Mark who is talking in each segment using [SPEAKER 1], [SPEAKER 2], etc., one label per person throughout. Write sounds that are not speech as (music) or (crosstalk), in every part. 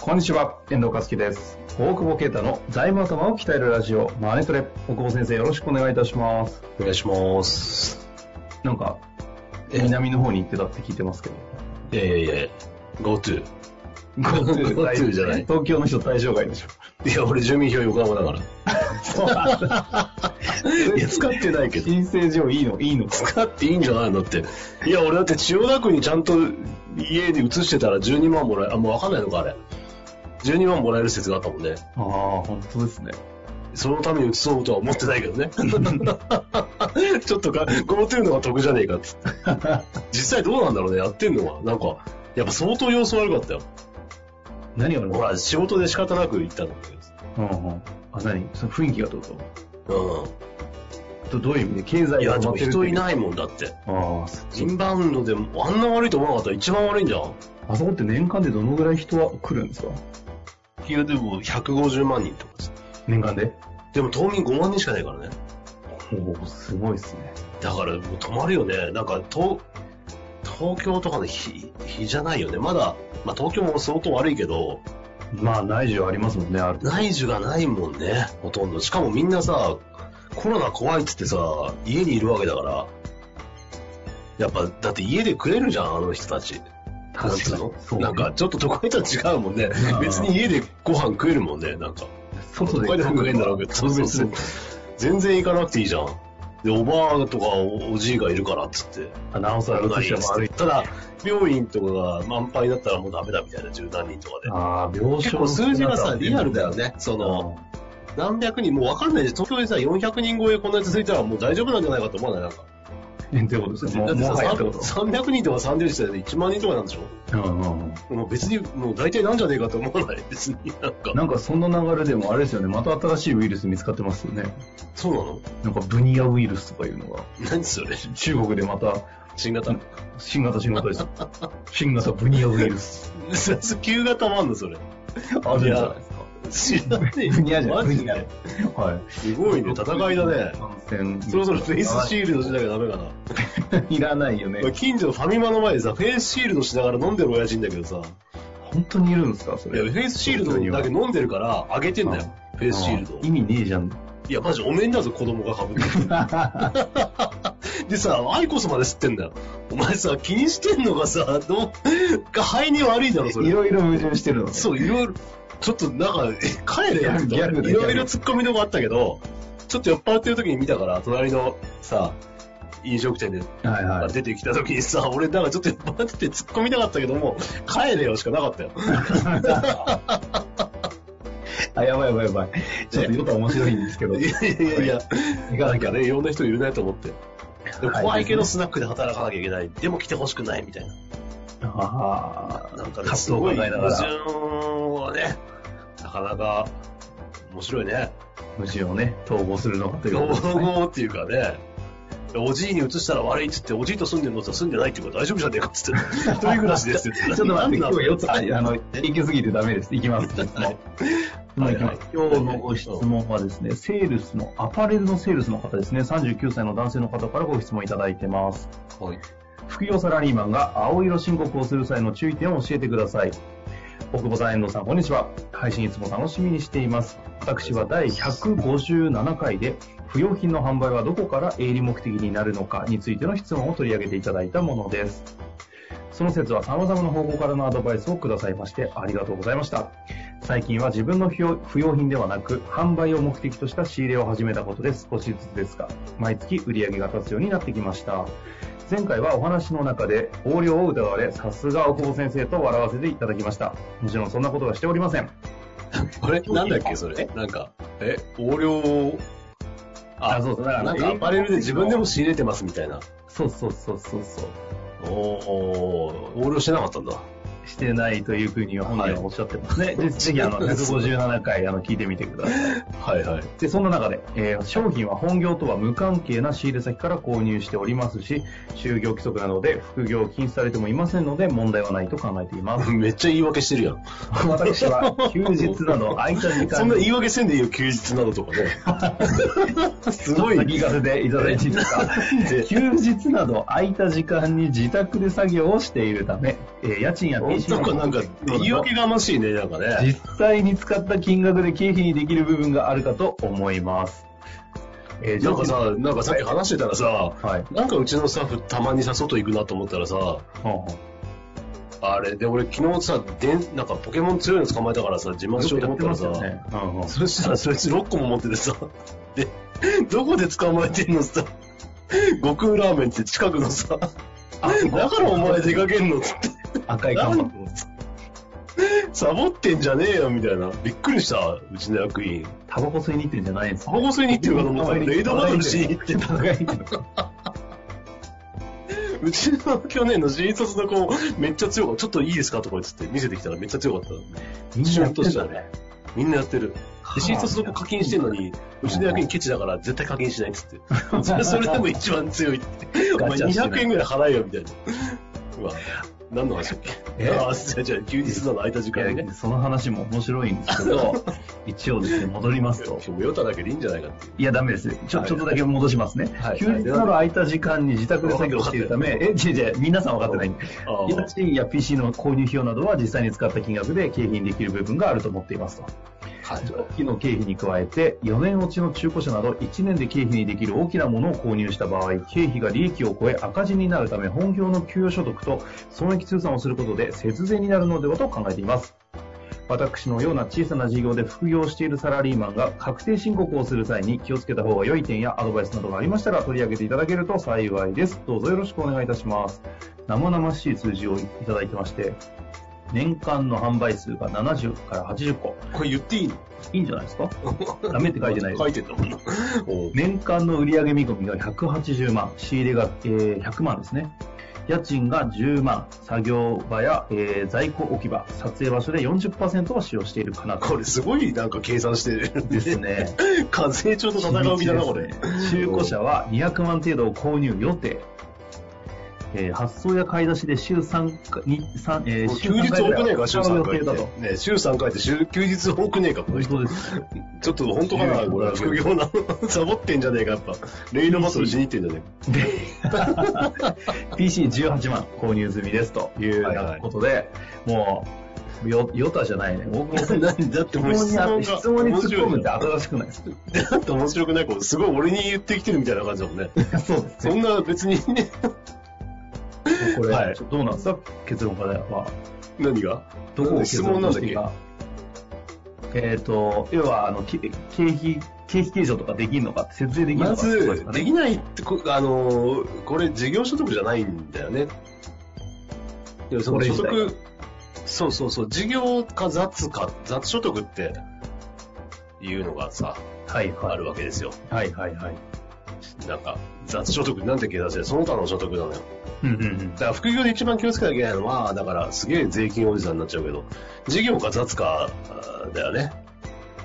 [SPEAKER 1] こんにちは、遠藤和樹です。大久保啓太の財務頭を鍛えるラジオ、マネトレ。大久保先生、よろしくお願いいたします。
[SPEAKER 2] お願いします。
[SPEAKER 1] なんか、
[SPEAKER 2] え
[SPEAKER 1] 南の方に行ってたって聞いてますけど。
[SPEAKER 2] いやいやいや、GoTo。
[SPEAKER 1] GoTo
[SPEAKER 2] GoTo じゃない
[SPEAKER 1] 東京の人対象外でしょ。
[SPEAKER 2] いや、俺住民票横浜だから。
[SPEAKER 1] (laughs)
[SPEAKER 2] いや、使ってないけど。
[SPEAKER 1] 申請上いいのいいのか。
[SPEAKER 2] 使っていいんじゃないのって。いや、俺だって千代田区にちゃんと家で移してたら12万もらえ、あ、もうわかんないのか、あれ。12万もらえる説があったもんね。
[SPEAKER 1] ああ、本当ですね。
[SPEAKER 2] そのために移そうとは思ってないけどね。 (laughs) ちょっとか、GoTo の方が得じゃねえかっつって。実際どうなんだろうね、やってんのは。なんか、やっぱ相当様子悪かったよ。
[SPEAKER 1] 何がある
[SPEAKER 2] ほ
[SPEAKER 1] の
[SPEAKER 2] ら、仕事で仕方なく行ったんだけど。
[SPEAKER 1] うんうん。あ、何その雰囲気がどうぞ。
[SPEAKER 2] う
[SPEAKER 1] ど
[SPEAKER 2] ん。
[SPEAKER 1] どういう意味で経
[SPEAKER 2] い
[SPEAKER 1] 済
[SPEAKER 2] や、
[SPEAKER 1] が
[SPEAKER 2] でも
[SPEAKER 1] る
[SPEAKER 2] 人いないもんだって。
[SPEAKER 1] ああ、そ
[SPEAKER 2] インバウンドでもあんな悪いと思わなかったら一番悪いんじゃん。
[SPEAKER 1] あそこって年間でどのぐらい人は来るんですか
[SPEAKER 2] いや、でも150万人とかです
[SPEAKER 1] 年間で
[SPEAKER 2] でも島民5万人しかないからね。
[SPEAKER 1] おお、すごいですね。
[SPEAKER 2] だからもう止まるよね。なんか、東、東京とかの日、日じゃないよね。まだ、まあ東京も相当悪いけど、
[SPEAKER 1] まあ、内需はありますもんね、ある程度
[SPEAKER 2] 内需がないもんね、ほとんど。しかもみんなさ、コロナ怖いっつってさ、家にいるわけだから、やっぱ、だって家で食えるじゃん、あの人たち。なんつうの
[SPEAKER 1] そう
[SPEAKER 2] なんか、ちょっと都会とは違うもんね
[SPEAKER 1] うん。
[SPEAKER 2] 別に家でご飯食えるもんね、なんか。
[SPEAKER 1] 外で
[SPEAKER 2] 都会でも食えんだろうけど、そうそうそう。全然行かなくていいじゃん。で、おばあとかおおじいがいるからっつって。
[SPEAKER 1] あなおさら
[SPEAKER 2] 危な
[SPEAKER 1] 移
[SPEAKER 2] い
[SPEAKER 1] し
[SPEAKER 2] よ
[SPEAKER 1] は
[SPEAKER 2] っつっ
[SPEAKER 1] 悪
[SPEAKER 2] て
[SPEAKER 1] い。
[SPEAKER 2] ただ、病院とかが満杯だったらもうダメだみたいな、十何人とかで。
[SPEAKER 1] ああ、病
[SPEAKER 2] 結
[SPEAKER 1] 床
[SPEAKER 2] 構数字がさ、リアルだよ。ね。その、何百人、もうわかんないで、東京でさ、400人超えこんなやつついたらもう大丈夫なんじゃないかと思わないなんか。
[SPEAKER 1] え、ってことですね。も
[SPEAKER 2] だ
[SPEAKER 1] う
[SPEAKER 2] って
[SPEAKER 1] もは
[SPEAKER 2] さ、
[SPEAKER 1] やってこと。
[SPEAKER 2] 300人とか30人で1万人とかなんでしょ
[SPEAKER 1] うんうんうん
[SPEAKER 2] もう別に、もう大体なんじゃねえかと思わない。別になんか。
[SPEAKER 1] なんかその流れでもあれですよね、また新しいウイルス見つかってますよね。
[SPEAKER 2] そうなの
[SPEAKER 1] なんかブニアウイルスとかいうのが、
[SPEAKER 2] 何それ
[SPEAKER 1] 中国でまた
[SPEAKER 2] 新型 (laughs)
[SPEAKER 1] 新型新型です。新型ブニアウイルス。
[SPEAKER 2] 旧型もあんのそれ。
[SPEAKER 1] あるんじゃないですか。
[SPEAKER 2] 知らねえよ。
[SPEAKER 1] ブニアじゃな
[SPEAKER 2] マ
[SPEAKER 1] いブ
[SPEAKER 2] ジ
[SPEAKER 1] ニ
[SPEAKER 2] で。
[SPEAKER 1] アはい。
[SPEAKER 2] すごいね。戦いだね。
[SPEAKER 1] 感染。
[SPEAKER 2] そろそろフェイスシールドしなきゃダメかな。
[SPEAKER 1] (laughs) いらないよね。
[SPEAKER 2] 近所のファミマの前でさ、フェイスシールドしながら飲んでる親父いんだけどさ、
[SPEAKER 1] 本当にいるんですかそ
[SPEAKER 2] いや、フ
[SPEAKER 1] れ。
[SPEAKER 2] ェイスシールドだけ飲んでるから、あげてんだよ。フェイスシールド
[SPEAKER 1] あ。意味ねえじゃん。
[SPEAKER 2] いや、マジお面だぞ、子供が被 (laughs) って。でさ、アイコスまで吸ってんだよ。お前さ、気にしてんのがさ、どう、が肺に悪いだろ、それ
[SPEAKER 1] い。ろいろ矛盾してるのね。
[SPEAKER 2] そう、いろいろ、ちょっとなんか、え帰れよ
[SPEAKER 1] ギャグだ
[SPEAKER 2] いろいろ突っ込みのがあったけど、ちょっと酔っ払ってる時に見たから、隣のさ、飲食店で
[SPEAKER 1] はいはい。
[SPEAKER 2] 出てきた時にさ、俺なんかちょっと酔っ払ってて突っ込みたかったけども、帰れよしかなかったよ。
[SPEAKER 1] あ、やばいやばいやばい。ちょっとヨタ面白いんですけど。
[SPEAKER 2] いやいやいや、
[SPEAKER 1] 行
[SPEAKER 2] なんかね、いろんな人いるなと思って。でも
[SPEAKER 1] はい
[SPEAKER 2] 怖いけどスナックで働かなきゃいけない。でも来てほしくないみたいな。
[SPEAKER 1] あ
[SPEAKER 2] なんかね、
[SPEAKER 1] 葛
[SPEAKER 2] す
[SPEAKER 1] 藤を
[SPEAKER 2] ご
[SPEAKER 1] 抱
[SPEAKER 2] い
[SPEAKER 1] えながら
[SPEAKER 2] 矛盾はね、なかなか面白いね。
[SPEAKER 1] あ、無事をね、統合するのかという
[SPEAKER 2] 競
[SPEAKER 1] ことですね
[SPEAKER 2] 合っていうかね、おじいに移したら悪いっつって、おじいと住んでるのと住んでないってこと大丈夫じゃねえかっつって、一人暮らしですって言
[SPEAKER 1] ちょっと待って、今
[SPEAKER 2] なん
[SPEAKER 1] 日
[SPEAKER 2] だ
[SPEAKER 1] 4つ、ああの、行き過ぎてダメです。行きます。質問
[SPEAKER 2] はい
[SPEAKER 1] 行きます今日のご質問はですね、セールスの、アパレルのセールスの方ですね、39歳の男性の方からご質問いただいてます。
[SPEAKER 2] はい
[SPEAKER 1] 副業サラリーマンが青色申告をする際の注意点を教えてください。大久保さん、遠藤さん、こんにちは。配信いつも楽しみにしています。私は第157回で、不用品の販売はどこから営利目的になるのかについての質問を取り上げていただいたものです。その説は様々な方向からのアドバイスをくださいましてありがとうございました。最近は自分の不要不用品ではなく、販売を目的とした仕入れを始めたことで少しずつですが、毎月売り上げが立つようになってきました。前回はお話の中で横領を疑われ、さすが大久保先生と笑わせていただきました。もちろんそんなことはしておりません。
[SPEAKER 2] あれなんだっけ、それ。なんか、え、横領を
[SPEAKER 1] あ、そうそう。だから
[SPEAKER 2] なんかアパレルで自分でも仕入れてますみたいな。
[SPEAKER 1] そうそうそうそうそう。
[SPEAKER 2] おお横領してなかったんだ。
[SPEAKER 1] してないというふうに本人は (laughs) おっしゃってますね。でぜひ、あの、157回、あの、聞いてみてください。
[SPEAKER 2] はいはい。
[SPEAKER 1] (laughs) で、そんな中で、えー商品は本業とは無関係な仕入れ先から購入しておりますし、就業規則などで副業を禁止されてもいませんので、問題はないと考えてい (laughs) ます。
[SPEAKER 2] めっちゃ言い訳してるやん。
[SPEAKER 1] 私は、休日など空いた時間
[SPEAKER 2] そんな言い訳せんでいいよ、休日などとかね。すごい。
[SPEAKER 1] 先行かせていただいていいです
[SPEAKER 2] (laughs)
[SPEAKER 1] か
[SPEAKER 2] で
[SPEAKER 1] 休日など空いた時間に自宅で作業をしているため、えー家賃や
[SPEAKER 2] 本
[SPEAKER 1] PC
[SPEAKER 2] 当かなんか、言い訳がましいね、なんかね。
[SPEAKER 1] 実際に使った金額で経費にできる部分があるかと思います。えー
[SPEAKER 2] なんか、さ、なんかさっき話してたらさ、
[SPEAKER 1] はい。
[SPEAKER 2] なんかうちのスタッフたまにさ、外行くなと思ったらさ、あれ、で、俺昨日さ、でんなんかポケモン強いの捕まえたからさ、自慢しようと思ったらさ、
[SPEAKER 1] うんうん
[SPEAKER 2] そしたらそいつ6個も持っててさ、で、どこで捕まえてんのさ、悟空ラーメンって近くのさ、
[SPEAKER 1] あそう
[SPEAKER 2] だからお前出かけんのっつって、
[SPEAKER 1] 赤い看板。
[SPEAKER 2] サボってんじゃねえよみたいな。びっくりした、うちの役員。
[SPEAKER 1] タバコ吸いに行ってるんじゃないんです
[SPEAKER 2] タバコ吸いに行ってるかと思ったら、レイドバトルしに行ってた。
[SPEAKER 1] た。
[SPEAKER 2] うちの去年の新卒の子、めっちゃ強かった。ちょっといいですかとか言って見せてきたらめっちゃ強かった。
[SPEAKER 1] みんなやってんだね。
[SPEAKER 2] みんなやってる。
[SPEAKER 1] はあ
[SPEAKER 2] で、新卒の子課金してんのに、うちの役員ケチだから絶対課金しないっつって。それそれでも一番強いって。お前
[SPEAKER 1] ガチャしてない
[SPEAKER 2] 200円ぐらい払えよみたいな。うわ、何の話だっ
[SPEAKER 1] え
[SPEAKER 2] けああ、じゃあ、じゃあ、休日なの空いた時
[SPEAKER 1] い
[SPEAKER 2] 間に
[SPEAKER 1] や
[SPEAKER 2] ね。
[SPEAKER 1] その話も面白いんですけ
[SPEAKER 2] (laughs)
[SPEAKER 1] ど、一応ですね、戻りますと
[SPEAKER 2] 今。日もヨタだけでいいんじゃないかっていう。
[SPEAKER 1] いや、ダメです。ちょ
[SPEAKER 2] はい
[SPEAKER 1] ちょっとだけ戻しますね
[SPEAKER 2] は。い
[SPEAKER 1] 休日など空いた時間に自宅で作業しているため、
[SPEAKER 2] 分
[SPEAKER 1] え、違う違う、皆さん分かってないんで。
[SPEAKER 2] あ
[SPEAKER 1] 家賃や PC の購入費用などは実際に使った金額で経費にできる部分があると思っていますと。
[SPEAKER 2] あ、はい。
[SPEAKER 1] 長期の経費に加えて、4年落ちの中古車など1年で経費にできる大きなものを購入した場合、経費が利益を超え赤字になるため、本業の給与所得と損益通算をすることで節税になるのではと考えています。私のような小さな事業で副業しているサラリーマンが確定申告をする際に気をつけた方が良い点やアドバイスなどがありましたら取り上げていただけると幸いです。どうぞよろしくお願いいたします。生々しい数字をいただいてまして、年間の販売数が70から80個。
[SPEAKER 2] これ言っていいの
[SPEAKER 1] いいんじゃないです
[SPEAKER 2] (laughs)
[SPEAKER 1] かダメって書いてないです
[SPEAKER 2] 書いてたもんな。おう
[SPEAKER 1] 年間の売上見込みが180万、仕入れが、えー100万ですね。家賃が10万、作業場や、えー在庫置き場、撮影場所で40%は使用しているかなと。
[SPEAKER 2] これすごいなんか計算してる。
[SPEAKER 1] ですね。
[SPEAKER 2] 課税庁と戦うみたいな、これ。
[SPEAKER 1] 中古車は200万程度を購入予定。えー発送や買い出しで週3回、に三えー週
[SPEAKER 2] 休
[SPEAKER 1] 3
[SPEAKER 2] 日
[SPEAKER 1] 回
[SPEAKER 2] 多
[SPEAKER 1] ぐらい
[SPEAKER 2] くねえ
[SPEAKER 1] は
[SPEAKER 2] か、週
[SPEAKER 1] 使う
[SPEAKER 2] 3
[SPEAKER 1] 予
[SPEAKER 2] 回
[SPEAKER 1] 定
[SPEAKER 2] っ
[SPEAKER 1] だと。
[SPEAKER 2] て。ね週3回って、週休日多くねえか、この
[SPEAKER 1] 本
[SPEAKER 2] 人。
[SPEAKER 1] 当です。
[SPEAKER 2] ちょっと本当かな、これ。副業なの。サボってんじゃねえか、やっぱ。レイのバトルしに行ってんじゃね
[SPEAKER 1] で PC18 万購入済みですというようなことで、もう、よ、よたじゃない (laughs) ね。僕も
[SPEAKER 2] えか。何だって
[SPEAKER 1] 質
[SPEAKER 2] もう質
[SPEAKER 1] 問にあ
[SPEAKER 2] 問
[SPEAKER 1] って、質問に突っ込むって
[SPEAKER 2] だ
[SPEAKER 1] 新しくないですか
[SPEAKER 2] って面白くないこれすごい俺に言ってきてるみたいな感じだもんね。
[SPEAKER 1] (laughs) そうです
[SPEAKER 2] (laughs) そんな別にね、
[SPEAKER 1] これ、
[SPEAKER 2] はい
[SPEAKER 1] ちょどうなんですか結論からは。
[SPEAKER 2] 何が
[SPEAKER 1] どこを
[SPEAKER 2] 質
[SPEAKER 1] 結論
[SPEAKER 2] 問な
[SPEAKER 1] と
[SPEAKER 2] ん
[SPEAKER 1] し
[SPEAKER 2] だって
[SPEAKER 1] いい
[SPEAKER 2] け
[SPEAKER 1] か。えっ、と、要は、あの、け経費、経費計上とかできるのか、節税できるのかっ
[SPEAKER 2] ま
[SPEAKER 1] てことです
[SPEAKER 2] ず
[SPEAKER 1] か、ね
[SPEAKER 2] できないってこ、あのーこれ、事業所得じゃないんだよね。でもそ
[SPEAKER 1] こ
[SPEAKER 2] の
[SPEAKER 1] れ
[SPEAKER 2] 所
[SPEAKER 1] 自体が
[SPEAKER 2] 得、そうそうそう、事業か雑か、雑所得っていうのがさ、
[SPEAKER 1] はいは
[SPEAKER 2] あ
[SPEAKER 1] い。
[SPEAKER 2] るわけですよ。
[SPEAKER 1] はいはいはい。
[SPEAKER 2] なんか、雑所得なんて計算して、その他の所得なのよ。
[SPEAKER 1] うんうんうん
[SPEAKER 2] だ。から、副業で一番気をつけなきゃいけないのは、だから、すげえ税金おじさんになっちゃうけど、事業か雑かあーだよね。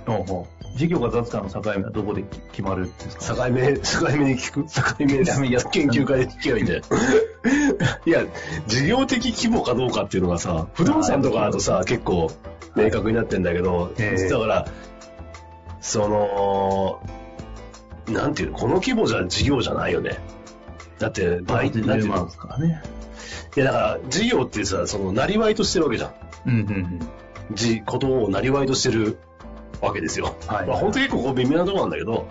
[SPEAKER 1] ほうほう事業が雑貨の境目はどこで決まるんですか
[SPEAKER 2] 境目、境目に聞く境
[SPEAKER 1] (laughs)
[SPEAKER 2] 目
[SPEAKER 1] ダメや
[SPEAKER 2] 研究会で聞けばいいんだよ。いや、事業的規模かどうかっていうのがさ、不動産とかだとさ、結構明確になってんだけど、
[SPEAKER 1] ええ
[SPEAKER 2] 実はだから、その、なんていうの、この規模じゃ事業じゃないよね。だって、倍、なんてい
[SPEAKER 1] 10
[SPEAKER 2] う
[SPEAKER 1] 万
[SPEAKER 2] の
[SPEAKER 1] ですからね。
[SPEAKER 2] いやだから、事業ってさ、その、なりわいとしてるわけじゃん。
[SPEAKER 1] うんうんうん。
[SPEAKER 2] じ、ことをなりわいとしてるわけですよ。
[SPEAKER 1] はい
[SPEAKER 2] まあ、本当に結構こう微妙なところなんだけど、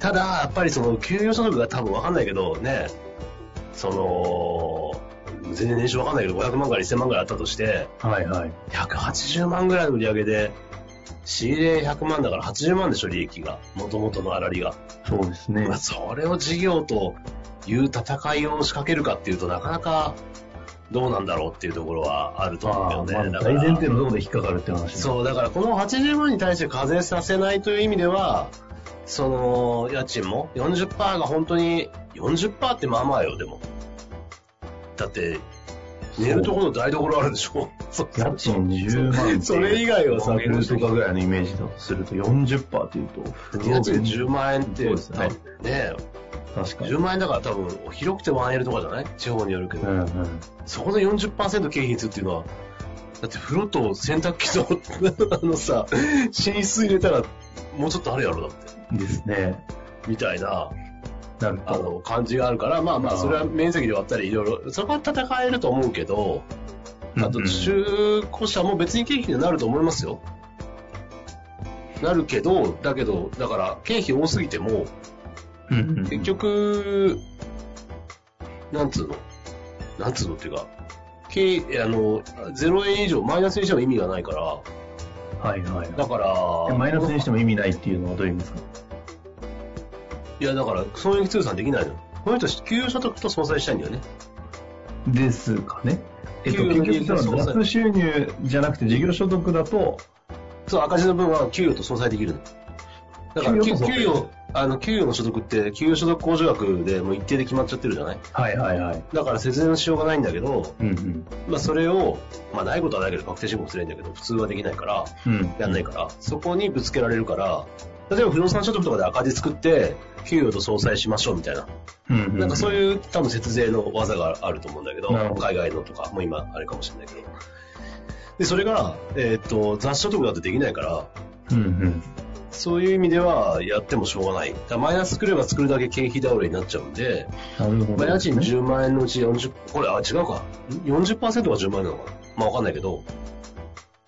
[SPEAKER 2] ただ、やっぱりその、給与所得が多分わかんないけど、ね、その、全然年収わかんないけど、500万から1000万ぐらいあったとして、
[SPEAKER 1] はいはい。
[SPEAKER 2] 180万ぐらいの売り上げで、仕入れ100万だから80万でしょ、利益が。元々のあらりが。
[SPEAKER 1] そうですね
[SPEAKER 2] まあ、。それを事業という戦いを仕掛けるかっていうとなかなかどうなんだろうっていうところはあると思
[SPEAKER 1] あ
[SPEAKER 2] うん
[SPEAKER 1] あま
[SPEAKER 2] だよ
[SPEAKER 1] あ
[SPEAKER 2] ね。だか
[SPEAKER 1] 大
[SPEAKER 2] ら
[SPEAKER 1] 前提のところで引っかかるって話ね
[SPEAKER 2] そう、だからこの80万に対して課税させないという意味では、その、家賃も40%が本当に、40%ってまあまあよ、でも。だって、寝るところ台所あるでしょそう
[SPEAKER 1] 家賃10万って
[SPEAKER 2] (laughs) それ以外はさ、
[SPEAKER 1] 500万とかぐらいのイメージだとすると40%っていうと、
[SPEAKER 2] 家賃10万円っ
[SPEAKER 1] そう
[SPEAKER 2] て、
[SPEAKER 1] ですね
[SPEAKER 2] ね
[SPEAKER 1] 確かに。
[SPEAKER 2] 10万円だから多分、広くて 1L とかじゃない地方によるけど。
[SPEAKER 1] うんうん
[SPEAKER 2] そこの40%経費率っていうのは、だって風呂と洗濯機と、 (laughs) あのさ、寝室入れたら、もうちょっとあるやろ、だって。
[SPEAKER 1] ですね。
[SPEAKER 2] みたいな、
[SPEAKER 1] なる
[SPEAKER 2] あ
[SPEAKER 1] ほど。
[SPEAKER 2] の、感じがあるから、まあま
[SPEAKER 1] あ
[SPEAKER 2] あ、
[SPEAKER 1] ー
[SPEAKER 2] それは面積で割ったり、いろいろ、そこは戦えると思うけど、あ
[SPEAKER 1] う
[SPEAKER 2] と、
[SPEAKER 1] んうん
[SPEAKER 2] 中古車も別に経費にはなると思いますよ。なるけど、だけど、だから、経費多すぎても、
[SPEAKER 1] うんうんうん
[SPEAKER 2] 結局、なんつうのなんつうのっていうか、経あの、0円以上、マイナスにしても意味がないから、
[SPEAKER 1] はいはい
[SPEAKER 2] だ
[SPEAKER 1] は
[SPEAKER 2] か
[SPEAKER 1] い
[SPEAKER 2] ら、
[SPEAKER 1] え。マイナスにしても意味ないっていうのはどういう意味ですか
[SPEAKER 2] いや、だから、損益通算できないの。この人、給与所得と相殺したいんだよね。
[SPEAKER 1] ですかね。えっと、
[SPEAKER 2] 給
[SPEAKER 1] 結
[SPEAKER 2] 与
[SPEAKER 1] 局
[SPEAKER 2] の
[SPEAKER 1] その
[SPEAKER 2] そうそ
[SPEAKER 1] 雑
[SPEAKER 2] う
[SPEAKER 1] 収入じゃなくて事業所得だと、
[SPEAKER 2] そう、赤字の分は給与と相殺できるの。だから、
[SPEAKER 1] 給
[SPEAKER 2] 給
[SPEAKER 1] 与と相殺
[SPEAKER 2] 給与、あの、給与の所得って、給与所得控除額でもう一定で決まっちゃってるじゃない
[SPEAKER 1] はいはいはい。
[SPEAKER 2] だから節税のしようがないんだけど、
[SPEAKER 1] うんうん。
[SPEAKER 2] まあそれを、まあないことはないけど確定申告すればいいんだけど、普通はできないから、
[SPEAKER 1] うん。
[SPEAKER 2] やんないから、そこにぶつけられるから、例えば不動産所得とかで赤字作って、給与と相殺しましょうみたいな。
[SPEAKER 1] うんうん。
[SPEAKER 2] なんかそういう多分節税の技があると思うんだけど、
[SPEAKER 1] なるほど
[SPEAKER 2] 海外のとかも今あれかもしれないけど。で、それが、えーっと、雑所得だとできないから、
[SPEAKER 1] うんうん。
[SPEAKER 2] そういう意味ではやってもしょうがない。だからマイナス作れば作るだけ経費倒れになっちゃうんで、
[SPEAKER 1] なるほど。
[SPEAKER 2] まあ家賃10万円のうち40、これ、あ、違うか。40%が10万円なのかなまあわかんないけど。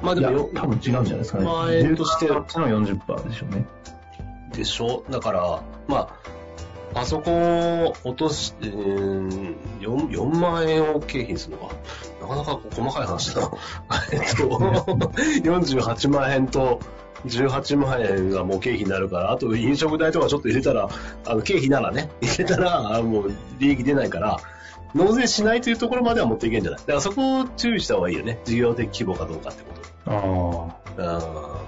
[SPEAKER 2] まあ
[SPEAKER 1] い
[SPEAKER 2] で
[SPEAKER 1] や、
[SPEAKER 2] もよ、
[SPEAKER 1] 多分違うんじゃないですかね。
[SPEAKER 2] 万円として
[SPEAKER 1] 10%の40%でしょうね。
[SPEAKER 2] でしょだから、まあ、パソコンを落とし、うーん、4, 4万円を経費にするのか。なかなかこう細かい話だな。 (laughs) えっと、48万円と、18万円がもう経費になるから、あと飲食代とかちょっと入れたら、あの経費ならね、 (laughs) 入れたら、あもう利益出ないから、納税しないというところまでは持っていけんじゃないだからそこを注意した方がいいよね。事業的規模かどうかってこと。
[SPEAKER 1] あ
[SPEAKER 2] あ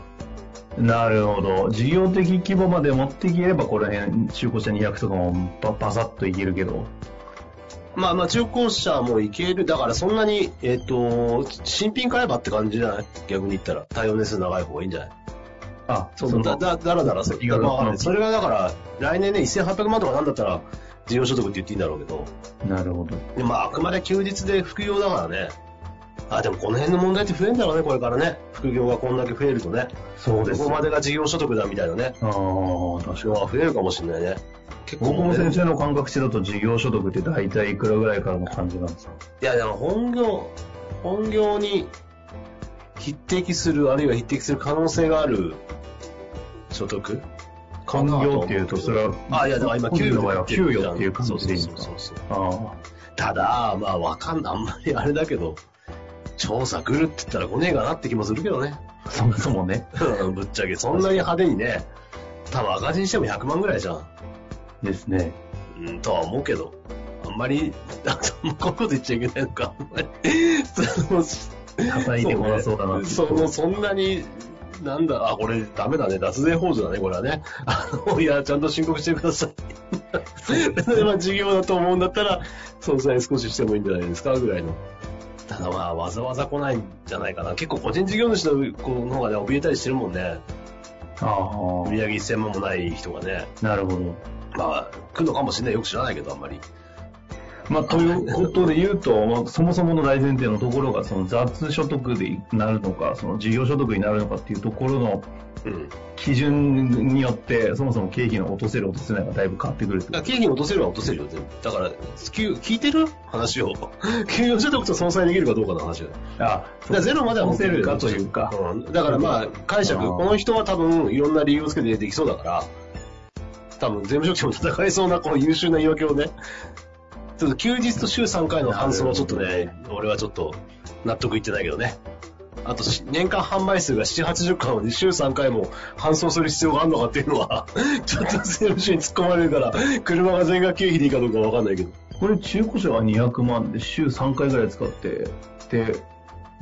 [SPEAKER 1] あ。なるほど。事業的規模まで持っていければ、この辺、中古車200とかもババサッといけるけど。
[SPEAKER 2] まあまあ中古車もいける。だからそんなに、えっ、と、新品買えばって感じじゃない逆に言ったら。対応年数長い方がいいんじゃない
[SPEAKER 1] あ、
[SPEAKER 2] そのだ、だ、だらだらそ
[SPEAKER 1] いろいろ
[SPEAKER 2] まあそれがだから、来年ね、1800万とかなんだったら、事業所得って言っていいんだろうけど。
[SPEAKER 1] なるほど。
[SPEAKER 2] でまああくまで休日で副業だからね。あ、でもこの辺の問題って増えんだろうね、これからね。副業がこんだけ増えるとね。
[SPEAKER 1] そうです。
[SPEAKER 2] ここまでが事業所得だみたいなね。
[SPEAKER 1] ああ、確か
[SPEAKER 2] う
[SPEAKER 1] に。
[SPEAKER 2] わ増えるかもしれないね。結構
[SPEAKER 1] 僕
[SPEAKER 2] も
[SPEAKER 1] も
[SPEAKER 2] うね
[SPEAKER 1] 先生の感覚値だと、事業所得って大体いくらぐらいからの感じなんですか
[SPEAKER 2] いや、でも本業、本業に匹敵する、あるいは匹敵する可能性がある所得
[SPEAKER 1] 本業っていうと、それは、
[SPEAKER 2] あ、いや、だから今、給与
[SPEAKER 1] の場合は給与っていう感じでいいんです
[SPEAKER 2] そうそうそうそう
[SPEAKER 1] かあ
[SPEAKER 2] ただ、まあ、わかんない。あんまりあれだけど、調査来るって言ったら来ねえかなって気もするけどね。 (laughs)
[SPEAKER 1] あ、そもそもね。
[SPEAKER 2] うんぶっちゃけ、そんなに派手にね、多分赤字にしても100万ぐらいじゃん。
[SPEAKER 1] ですね。
[SPEAKER 2] うん、とは思うけど、あんまり、あこういうこと言っちゃいけないのか、あんまり、その、
[SPEAKER 1] 叩いてこなそうだなって
[SPEAKER 2] その、そんなに、なんだ、あ、これダメだね、脱税法上だね、これはね。あの、いや、ちゃんと申告してください。まあ、事業だと思うんだったら、総裁少ししてもいいんじゃないですか、ぐらいの。ただまあ、わざわざ来ないんじゃないかな。結構個人事業主の子の方がね、怯えたりしてるもんね。
[SPEAKER 1] あ
[SPEAKER 2] 売上1000万もない人がね。
[SPEAKER 1] あ、なるほど。
[SPEAKER 2] まあ、来るのかもしれない。よく知らないけど、あんまり。
[SPEAKER 1] まあ、ということで言うと、まあ、そもそもの大前提のところが、その雑所得になるのか、その事業所得になるのかっていうところの
[SPEAKER 2] うん。
[SPEAKER 1] 基準によって、そもそも経費の落とせる落とせないがだいぶ変わってくるってこと
[SPEAKER 2] 経費落とせるは落とせるよ、全部だから、給聞いてる話を。 (laughs) 給与所得と相殺できるかどうかの話だよ。
[SPEAKER 1] あ、
[SPEAKER 2] だからゼロまでは
[SPEAKER 1] 落
[SPEAKER 2] 持
[SPEAKER 1] とせ
[SPEAKER 2] て
[SPEAKER 1] る
[SPEAKER 2] る
[SPEAKER 1] かというか。
[SPEAKER 2] うん、だからまあ、解釈、
[SPEAKER 1] あー
[SPEAKER 2] この人は多分いろんな理由をつけてできそうだから、多分税務署長も戦えそうなこう優秀な言い訳をね、ちょっと休日と週3回の搬送はちょっとね、俺はちょっと納得いってないけどね。あとし、年間販売数が7、80巻を週3回も搬送する必要があるのかっていうのは、 (laughs) ちょっと税務署に突っ込まれるから、車が全額経費でいいかどうかわかんないけど。
[SPEAKER 1] これ中古車が200万で週3回ぐらい使って、で、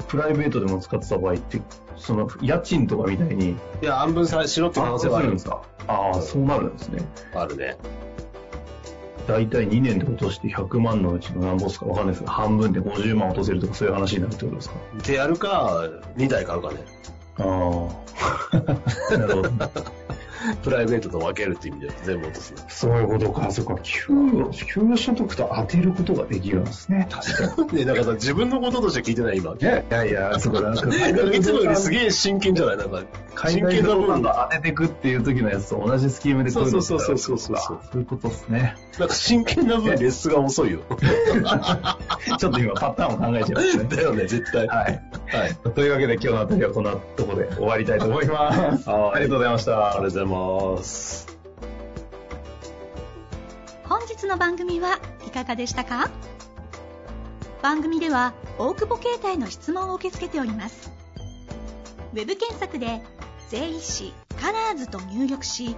[SPEAKER 1] プライベートでも使ってた場合って、その家賃とかみたいに、
[SPEAKER 2] いや、暗分さしろって可能性はあ
[SPEAKER 1] るん
[SPEAKER 2] る
[SPEAKER 1] ですかああ、そうなるんですね。
[SPEAKER 2] あるね。
[SPEAKER 1] 大体2年で落として100万のうちの何本ですかわかんないですけど、半分で50万落とせるとかそういう話になるってことですか
[SPEAKER 2] でやるか、2台買うかね。
[SPEAKER 1] ああ。なるほど。
[SPEAKER 2] プライベートと分けるって意味で全部落とすね。
[SPEAKER 1] そういうことか、そうか。給与、給与所得と当てることができるんですね。確かに。
[SPEAKER 2] (laughs) ねなんかさ、自分のこととして聞いてない今。
[SPEAKER 1] いやいや、そうか、なんか、
[SPEAKER 2] (laughs) いつもよりすげえ真剣じゃないなんか、
[SPEAKER 1] 海
[SPEAKER 2] 真
[SPEAKER 1] 外
[SPEAKER 2] 剣な
[SPEAKER 1] ド
[SPEAKER 2] 部
[SPEAKER 1] ロー
[SPEAKER 2] 分
[SPEAKER 1] ンが当ててくっていう時のやつと同じスキームでこいの
[SPEAKER 2] そうそうそうそうそう
[SPEAKER 1] あそういうことですね。
[SPEAKER 2] なんか真剣な分レッスが遅いよ。
[SPEAKER 1] ちょっと今パターンを考えちゃいましたね。
[SPEAKER 2] (laughs) だよね、絶対。
[SPEAKER 1] はい。
[SPEAKER 2] はい。
[SPEAKER 1] というわけで今日のあたりはこんなとこで終わりたいと思います。
[SPEAKER 2] はい
[SPEAKER 1] ありがとうございました。
[SPEAKER 2] ありがとうございます。
[SPEAKER 3] 本日の番組はいかがでしたか番組では大久保携帯の質問を受け付けておりますウェブ検索で「税理士カラーズと入力し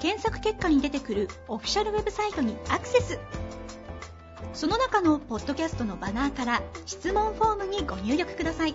[SPEAKER 3] 検索結果に出てくるオフィシャルウェブサイトにアクセスその中のポッドキャストのバナーから質問フォームにご入力ください